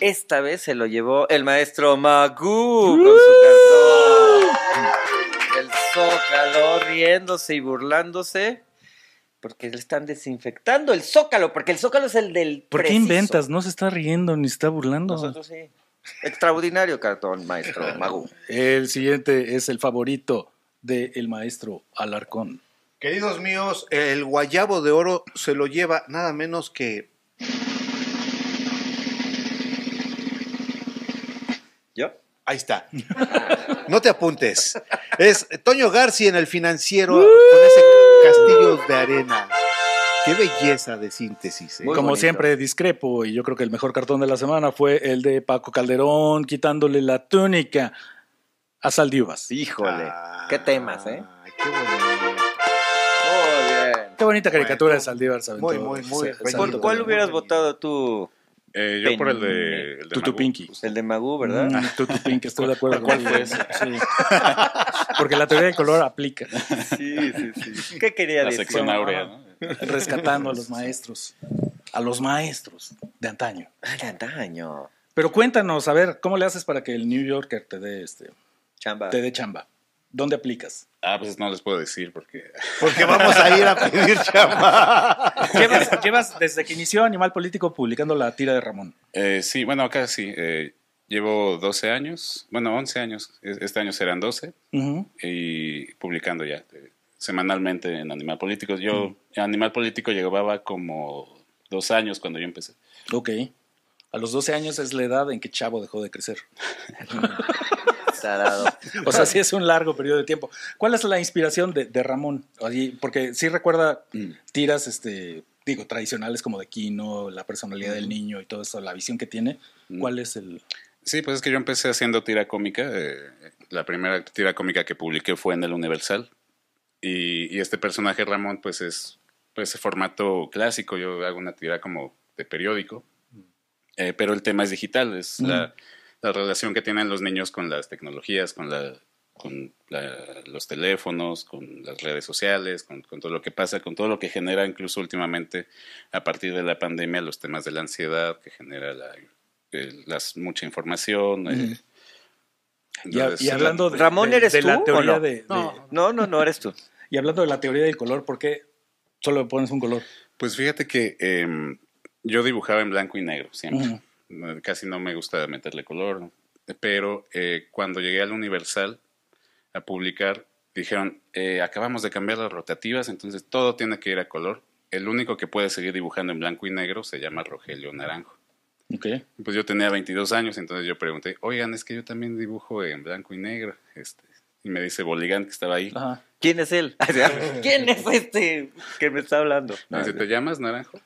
esta vez se lo llevó el maestro Magoo con su cartón. El zócalo riéndose y burlándose. Porque le están desinfectando el zócalo, porque el zócalo es el del.
¿Por qué
preciso.
inventas? No se está riendo ni está burlando.
Nosotros sí. Extraordinario cartón, maestro Magoo.
El siguiente es el favorito del maestro Alarcón.
Queridos míos, el guayabo de oro se lo lleva nada menos que
¿Yo?
Ahí está. <laughs> No te apuntes. Es Toño García en el financiero con ese castillo de arena. Qué belleza de síntesis. ¿eh?
Muy
Como
bonito.
siempre discrepo y yo creo que el mejor cartón de la semana fue el de Paco Calderón quitándole la túnica a Saldivas.
Híjole,
Ah,
qué temas, ¿eh?
qué bonito.
Muy bien.
Qué bonita caricatura
Bueno,
de Saldívar. se aventó.
muy, muy, muy
Se- se
reñido.
¿Por
aventó.
cuál
muy
hubieras
bonito.
votado tú?
Eh, yo por el de. el de
Tutupinqui.
El de
<laughs>
Magú, ¿verdad?
Mm, Tutupinqui, estoy de acuerdo.
¿Cuál
con
fue
eso. Sí. <laughs> Porque la teoría del color aplica,
Sí, sí, sí. ¿Qué
Magu,
quería
la
decir?
sección áurea, ¿no?
rescatando a los maestros, a los maestros de antaño.
Ay, antaño.
Pero cuéntanos, a ver, ¿cómo le haces para que el New Yorker te dé este,
Chamba.
te dé chamba? ¿Dónde aplicas?
Ah, pues no les puedo decir porque.
Porque vamos a ir a pedir <laughs> chamba.
<laughs> Llevas, llevas desde que inició Animal Político publicando la tira de Ramón.
Eh, sí, bueno, acá sí. eh, llevo 12 años, bueno, 11 años. e- Este año serán 12. y publicando ya eh, semanalmente en Animal Político. Yo, Animal Político llevaba como dos años cuando yo empecé.
Ok. A los 12 años es la edad en que Chavo dejó de crecer.
Tarado.
O sea, sí es un largo periodo de tiempo. ¿Cuál es la inspiración de, de Ramón? Allí, porque sí recuerda
Mm.
tiras, este, digo, tradicionales como de Quino, la personalidad del niño y todo eso, la visión que tiene.
Mm.
¿Cuál es el...?
Sí, pues es que yo empecé haciendo tira cómica. eh, la primera tira cómica que publiqué fue en el Universal. Y, y este personaje, Ramón, pues es pues, formato clásico. Yo hago una tira como de periódico. Eh, pero el tema es digital, es la, la relación que tienen los niños con las tecnologías, con, la, con la- los teléfonos, con las redes sociales, con, con todo lo que pasa, con todo lo que genera incluso últimamente a partir de la pandemia los temas de la ansiedad que genera la, el- las, mucha información. eh.
Y, a-
Entonces,
y hablando de,
¿Ramón
de-
eres
de
tú
la
o
teoría
no?
de, de-
No, no, no eres tú.
Y hablando de la teoría del color, ¿por qué solo le pones un color?
Pues fíjate que em, yo dibujaba en blanco y negro siempre.
Ujú.
No, eh, Casi no me gusta meterle color. ¿no? Pero eh, cuando llegué al Universal a publicar, dijeron, "Eh, acabamos de cambiar las rotativas, entonces todo tiene que ir a color. El único que puede seguir dibujando en blanco y negro se llama Rogelio Naranjo.
Ok.
Pues yo tenía 22 años, entonces yo pregunté, oigan, es que yo también dibujo en blanco y negro. Este, y me dice Boligán que estaba ahí.
Ajá.
¿Quién es él? <laughs> ¿Quién es este que me está hablando?
Me dice, ¿te llamas Naranjo?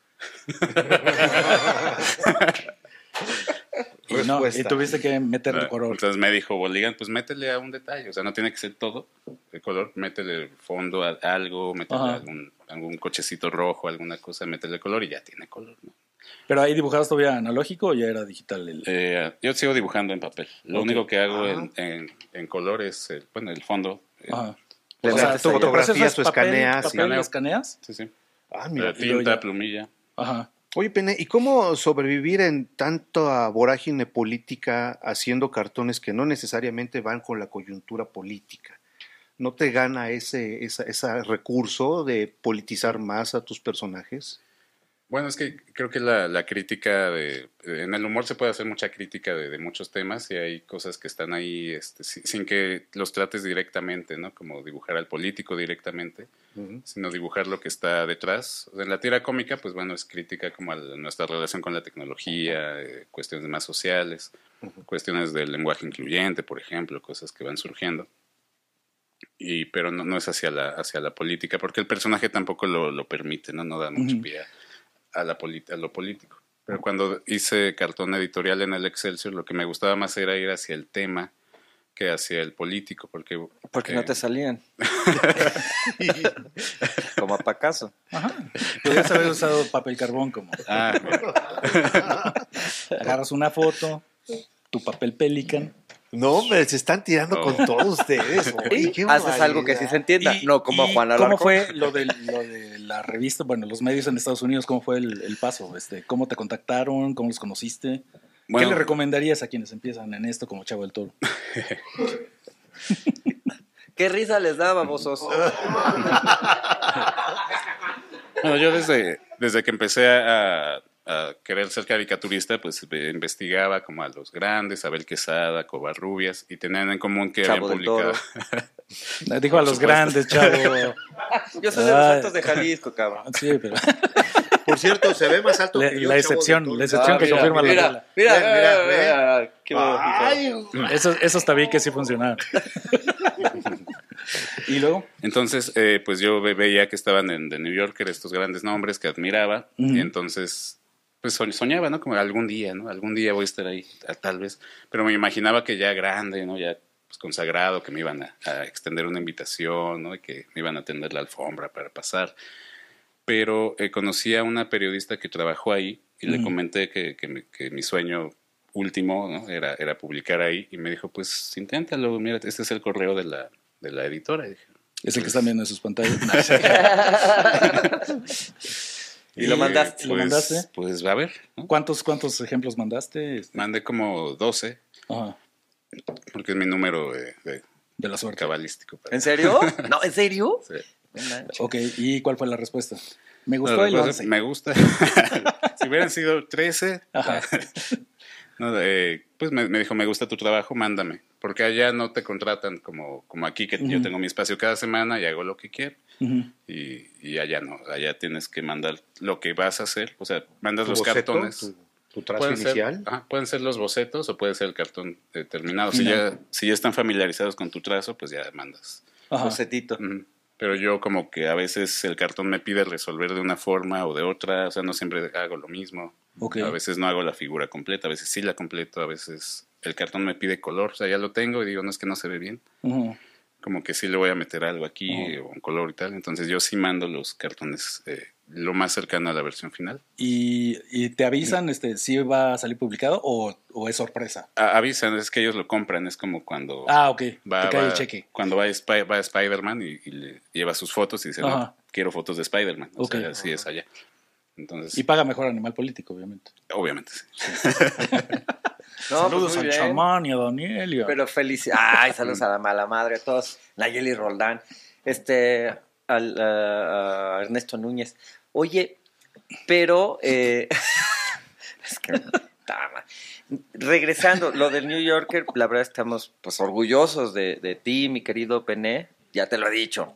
Y, no, y
Respuesta.
tuviste que meterle
Ah,
color.
Entonces me dijo, Boligan, pues métele a un detalle, o sea, no tiene que ser todo el color, métele fondo a algo, métele
Ajá.
algún, algún cochecito rojo, alguna cosa, métele color y ya tiene color. ¿no?
¿Pero ahí dibujabas todavía analógico o ya era digital? el-
Eh, yo sigo dibujando en papel, lo
Ok.
único que hago
Ah.
en, en- en color es, el, bueno, el fondo. eh,
Ajá.
Le
O sea,
metes
tu- tu
fotografías
proceso
o
es papel,
escaneas y-
papel y escaneas.
Sí, sí.
Ah,
La
mira.
y luego
tinta,
ya.
plumilla.
Ajá.
Oye, Pene, ¿y cómo sobrevivir en tanta vorágine política haciendo cartones que no necesariamente van con la coyuntura política? ¿No te gana ese, esa- ese recurso de politizar más a tus personajes?
Bueno, es que creo que la, la crítica de, de- En el humor se puede hacer mucha crítica de, de muchos temas y hay cosas que están ahí este, si- sin que los trates directamente, ¿no? Como dibujar al político directamente, sino dibujar lo que está detrás. O sea, en la tira cómica, pues bueno, es crítica como a la- nuestra relación con la tecnología, eh, cuestiones más sociales, cuestiones del lenguaje incluyente, por ejemplo, cosas que van surgiendo. Y, pero no, no es hacia la, hacia la política, porque el personaje tampoco lo, lo permite, ¿no? No da mucho
Ujú.
pie a- a, la polit- a lo político. Pero cuando hice cartón editorial en el Excelsior, lo que me gustaba más era ir hacia el tema que hacia el político, porque...
Porque
eh,
no te salían.
<laughs>
Como apacaso.
Ajá. Podrías haber usado papel carbón como <laughs>
Ah, mira.
agarras una foto, tu papel pelican.
<laughs> No, hombre, se están
Oh.
tirando con todos
<laughs>
ustedes. oye, qué
Haces algo que sí
barbaridad.
se entienda.
Y-
no, como
y
Juan
¿Cómo
Alarcón.
fue lo de, lo de la revista? Bueno, los medios en Estados Unidos, ¿cómo fue el, el paso? Este, ¿Cómo te contactaron? ¿Cómo los conociste?
Bueno,
¿Qué le recomendarías a quienes empiezan en esto como Chavo del Toro?
¿Qué risa les
<laughs>
da, babosos?
<laughs> Bueno, yo desde, desde que empecé a, a querer ser caricaturista, pues eh, investigaba como a los grandes, Abel Quesada, Covarrubias, y tenían en común que
Chavo
habían
del Toro.
publicado.
Dijo a los
supuesto.
grandes, Chavo.
Yo soy de los
Ay.
Santos de Jalisco, cabrón.
Sí, pero
Por cierto, se ve más alto
la,
que
la
yo, chavo
excepción,
del Toro.
la <laughs> excepción
Ah,
que
mira,
confirma la
mira,
regla.
Mira,
Ve,
mira,
mira,
mira, qué bonito.
Ay,
Esos, esos tabiques sí funcionaron. <laughs> Y luego,
Entonces, eh, pues yo ve- veía que estaban en The New Yorker estos grandes nombres que admiraba.
Ujú.
Y entonces, pues so- soñaba, ¿no? Como algún día, ¿no? Algún día voy a estar ahí, ta- tal vez. Pero me imaginaba que ya grande, ¿no? Ya pues, consagrado, que me iban a, a extender una invitación, ¿no? Y que me iban a atender la alfombra para pasar. Pero eh, conocí a una periodista que trabajó ahí y le
Ujú.
comenté que, que mi- que mi sueño último ¿no? era, era publicar ahí y me dijo, pues inténtalo, mira, este es el correo de la, de la editora. Y dije,
es el que están viendo en sus pantallas.
Y lo mandaste.
Pues,
Lo mandaste.
Pues va a ver. ¿no?
¿Cuántos, ¿Cuántos ejemplos mandaste?
Mandé como 12,
Ajá,
porque es mi número eh, de
de la suerte.
cabalístico. para-
<laughs> ¿En serio? No, ¿en serio? eh.
Sí.
No manches.
Ok, ¿y cuál fue la respuesta? Me gustó
No,
el
lo que pasa es
11.
que Me gusta. <laughs> si hubieran sido 13,
Ajá.
no, eh, pues me, me dijo, me gusta tu trabajo, mándame. Porque allá no te contratan como, como aquí, que yo
Ujú.
tengo mi espacio cada semana y hago lo que quiero.
Ujú.
Y, y allá no, allá tienes que mandar lo que vas a hacer. O sea, mandas
¿Tu
los
boceto?
cartones.
¿Tu, tu trazo
Pueden ser,
inicial?
ajá, pueden ser los bocetos o puede ser el cartón eh, terminado. Si
Final.
ya, si ya están familiarizados con tu trazo, pues ya mandas.
Ajá.
Josecito.
Ujú. Pero yo como que a veces el cartón me pide resolver de una forma o de otra, o sea, no siempre hago lo mismo.
Ok.
A veces no hago la figura completa, a veces sí la completo, a veces el cartón me pide color, o sea, ya lo tengo y digo, no es que no se ve bien,
Ujú.
como que sí le voy a meter algo aquí o un color y tal, entonces yo sí mando los cartones eh, lo más cercano a la versión final.
¿Y, y te avisan este, si va a salir publicado o, o es sorpresa?
A- avisan, es que ellos lo compran, es como cuando...
Ah, ok.
Va,
te cae el
va-
cheque.
Cuando va, Spy- va Spider-Man y, y le lleva sus fotos y dice,
Ajá.
no, quiero fotos de Spider-Man. O
Ok.
sea, así es allá. Entonces,
Y paga mejor animal político, obviamente.
obviamente. sí.
No,
Saludos
pues muy
al
bien.
chamán y a Daniel. y a-
Pero felicidades. Ay, saludos a la mala madre, a todos. Nayeli Roldán, este, al, a- a Ernesto Núñez. Oye, pero. eh, <laughs> es que. ta ma- Regresando, lo del New Yorker, la verdad estamos pues orgullosos de, de ti, mi querido Pené, ya te lo he dicho.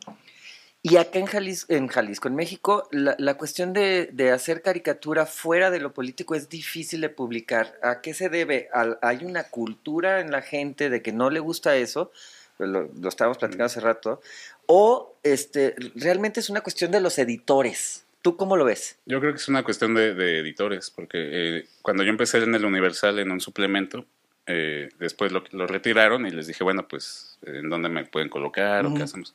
Y acá en Jalisco, en, Jalisco, en México, la, la cuestión de, de hacer caricatura fuera de lo político es difícil de publicar. ¿A qué se debe? Al- hay una cultura en la gente de que no le gusta eso, lo, lo
Mm.
estábamos platicando hace rato, o este, realmente es una cuestión de los editores. ¿Tú cómo lo ves?
Yo creo que es una cuestión de, de editores, porque eh, cuando yo empecé en el Universal en un suplemento, eh, después lo, lo retiraron y les dije, bueno, pues, ¿en dónde me pueden colocar o
Ujú.
qué hacemos?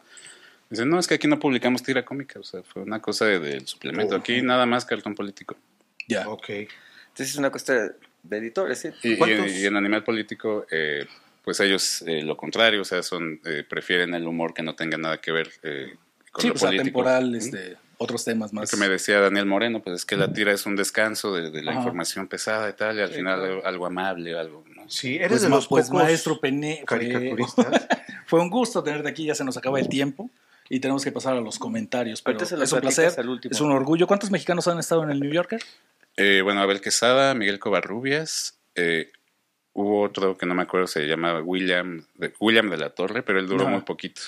Dicen, no, es que aquí no publicamos tira cómica, o sea, fue una cosa de- del suplemento. Aquí nada más cartón político.
Ya.
Ok.
Entonces es una cuestión de, de editores, ¿sí?
Y, y-
¿Cuántos?
y en Animal Político, eh, pues ellos eh, lo contrario, o sea, son eh, prefieren el humor que no tenga nada que ver eh, con
Sí,
lo
pues
político.
atemporal,
¿Mm?
este, otros temas
Lo
más.
que me decía Daniel Moreno, pues es que la tira es un descanso de, de la
Ajá.
información pesada y tal, y al final algo, algo amable, algo... ¿no?
Sí, eres
Pues,
de
ma-
los
pues,
pocos
maestro Pené, fue,
caricaturistas.
fue un gusto tenerte aquí, ya se nos acaba el tiempo y tenemos que pasar a los comentarios, pero
Ahorita se lo
es un
platicas
placer,
al último.
es un orgullo. ¿Cuántos mexicanos han estado en el New Yorker?
Eh, bueno, Abel Quesada, Miguel Covarrubias, eh, hubo otro que no me acuerdo, se llamaba William de, William de la Torre, pero él duró
Ajá.
muy poquito.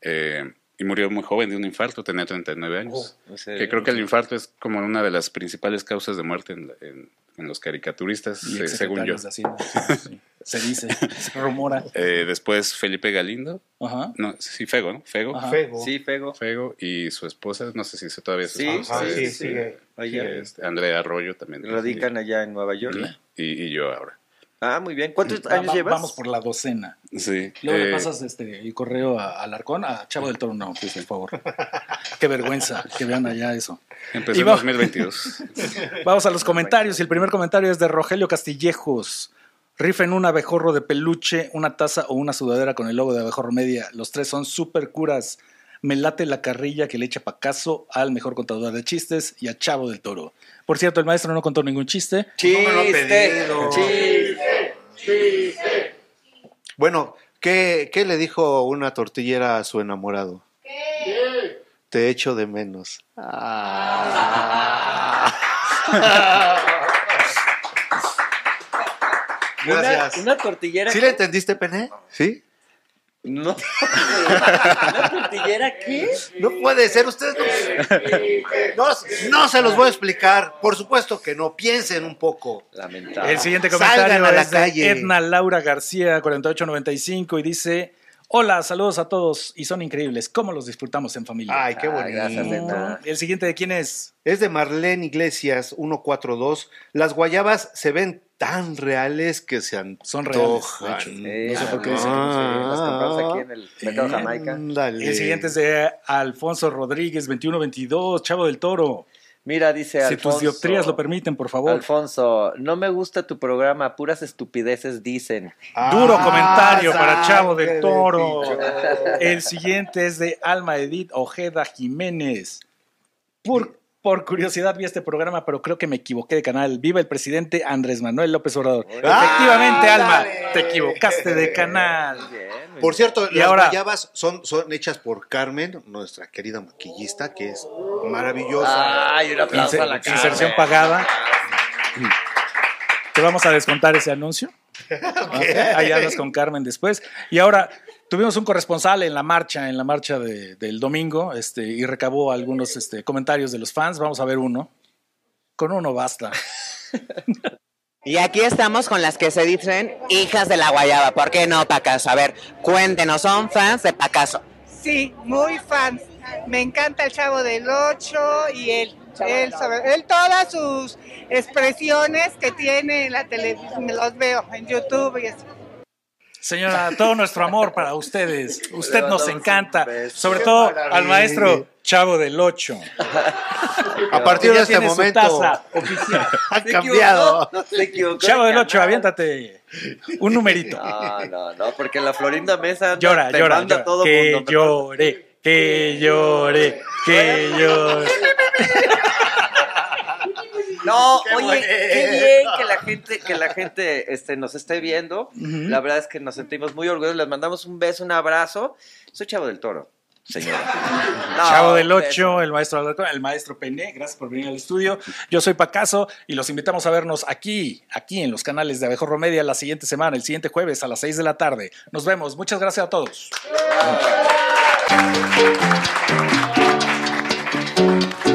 Eh, y murió muy joven de un infarto, tenía 39 años.
Oh.
No sé.
Que creo que el infarto es como una de las principales causas de muerte en, en- en los caricaturistas,
Y
eh, según yo.
exsecretarios de Hacienda, sí, Se dice, se rumora.
Eh, después Felipe Galindo,
Ajá.
no, sí, Fego, ¿no? Fego.
Ajá.
Fego.
Sí, Fego.
Fego y su esposa, no sé si se todavía es su
Sí,
esposa,
Ajá,
sí,
sí,
es, eh,
sigue.
Allá.
este, Andrea Arroyo también.
Radican allá en Nueva York.
Y, y yo ahora.
Ah, muy bien. ¿Cuántos
Va-
años
va-
llevas?
Vamos por la docena.
Sí.
Luego le
eh,
pasas este, el correo a Alarcón, a Chavo del Toro, no, por favor. Qué vergüenza que vean allá eso.
Empezó
y
en
va-
2022.
Vamos a los comentarios. Y el primer comentario es de Rogelio Castillejos. Rifen un abejorro de peluche, una taza o una sudadera con el logo de abejorro media. Los tres son súper curas. Me late la carrilla que le echa Pacaso al mejor contador de chistes y a Chavo del Toro. Por cierto, el maestro no contó ningún chiste.
No me lo han
Chiste,
pedido.
chiste.
Bueno, ¿qué, ¿qué le dijo una tortillera a su enamorado? ¿Qué? Te echo de menos.
Ah.
Gracias.
Una, una tortillera.
¿Sí le entendiste, Pené? ¿Sí?
No. ¿Una tortillera qué?
No puede ser, ustedes no, no, no se los voy a explicar. Por supuesto que no, piensen un poco.
Lamentable.
El siguiente
Ah, Salgan
comentario
a la
es de
calle.
Edna Laura García, 4895, y dice: Hola, saludos a todos y son increíbles. ¿Cómo los disfrutamos en familia?
Ay, qué
Ah,
bonito.
gracias, Edna.
¿El siguiente de quién es?
Es de Marlene Iglesias, 142. Las guayabas se ven tan reales que se
Son reales, de
antojan.
hecho.
Sí,
Eh, No sé por qué
ah,
dicen que no Eh,
se-
sí, las compramos aquí en el Mercado Jamaica.
Ándale.
El siguiente es de Alfonso Rodríguez, 2122, Chavo del Toro.
Mira, dice
si
Alfonso.
tus dioptrías lo permiten, por favor.
Alfonso, no me gusta tu programa, puras estupideces dicen.
Duro comentario para
Ah, sangre
Chavo del
de
Toro.
pichón.
El siguiente es de Alma Edith Ojeda Jiménez. Por, por curiosidad vi este programa, pero creo que me equivoqué de canal. Viva el presidente Andrés Manuel López Obrador.
Órale.
Efectivamente,
Ah,
Alma,
dale.
te equivocaste de canal.
Bien, muy
Por cierto,
Y
las
ahora-
guayabas son, son hechas por Carmen, nuestra querida maquillista, que es
Ah,
maravillosa.
Ay, un aplauso
Inser-
a la cara.
inserción pagada. Te vamos a descontar ese anuncio. Ahí hablas con Carmen después. Y ahora, tuvimos un corresponsal en la marcha, en la marcha de- del domingo, este, y recabó algunos este, comentarios de los fans. Vamos a ver uno. Con uno basta.
Y aquí estamos con las que se dicen hijas de la guayaba. ¿Por qué no, Pacaso? A ver, cuéntenos, ¿son fans de Pacaso?
Sí, muy fans. Me encanta el Chavo del Ocho y él. Él, sobre- él todas sus expresiones que tiene en la televisión, me los veo en YouTube y eso.
Señora, todo nuestro amor para ustedes. Usted nos
mandamos un
encanta.
beso.
Sobre
Qué
todo al
maravilla.
maestro Chavo del Ocho.
A
que
partir de
ya
este
tiene su
momento
taza oficial.
ha
Se
cambiado.
equivocó, Se equivocó.
Chavo
de
del Ocho,
canal.
aviéntate un numerito.
Ah,
No, no, no, porque la Florinda Mesa anda-
Llora,
te
llora,
manda
llora.
todo
Que
mundo.
llore, que llore, que llore.
No,
<laughs> Qué
oye,
bueno.
qué bien que la gente, que la gente este, nos esté viendo.
Ujú.
La verdad es que nos sentimos muy orgullosos. Les mandamos un beso, un abrazo. Soy Chavo del Toro, señora. <laughs> No, pues.
Chavo del
un
8, el maestro Alarcón, el maestro Pené, gracias por venir al estudio. Yo soy Pacaso y los invitamos a vernos aquí, aquí en los canales de Abejorro Media la siguiente semana, el siguiente jueves a las 6 de la tarde. Nos vemos, muchas gracias a todos.
<laughs>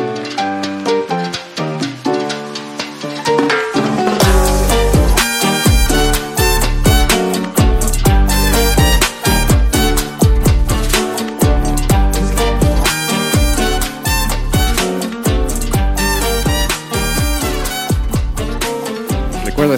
Recuerda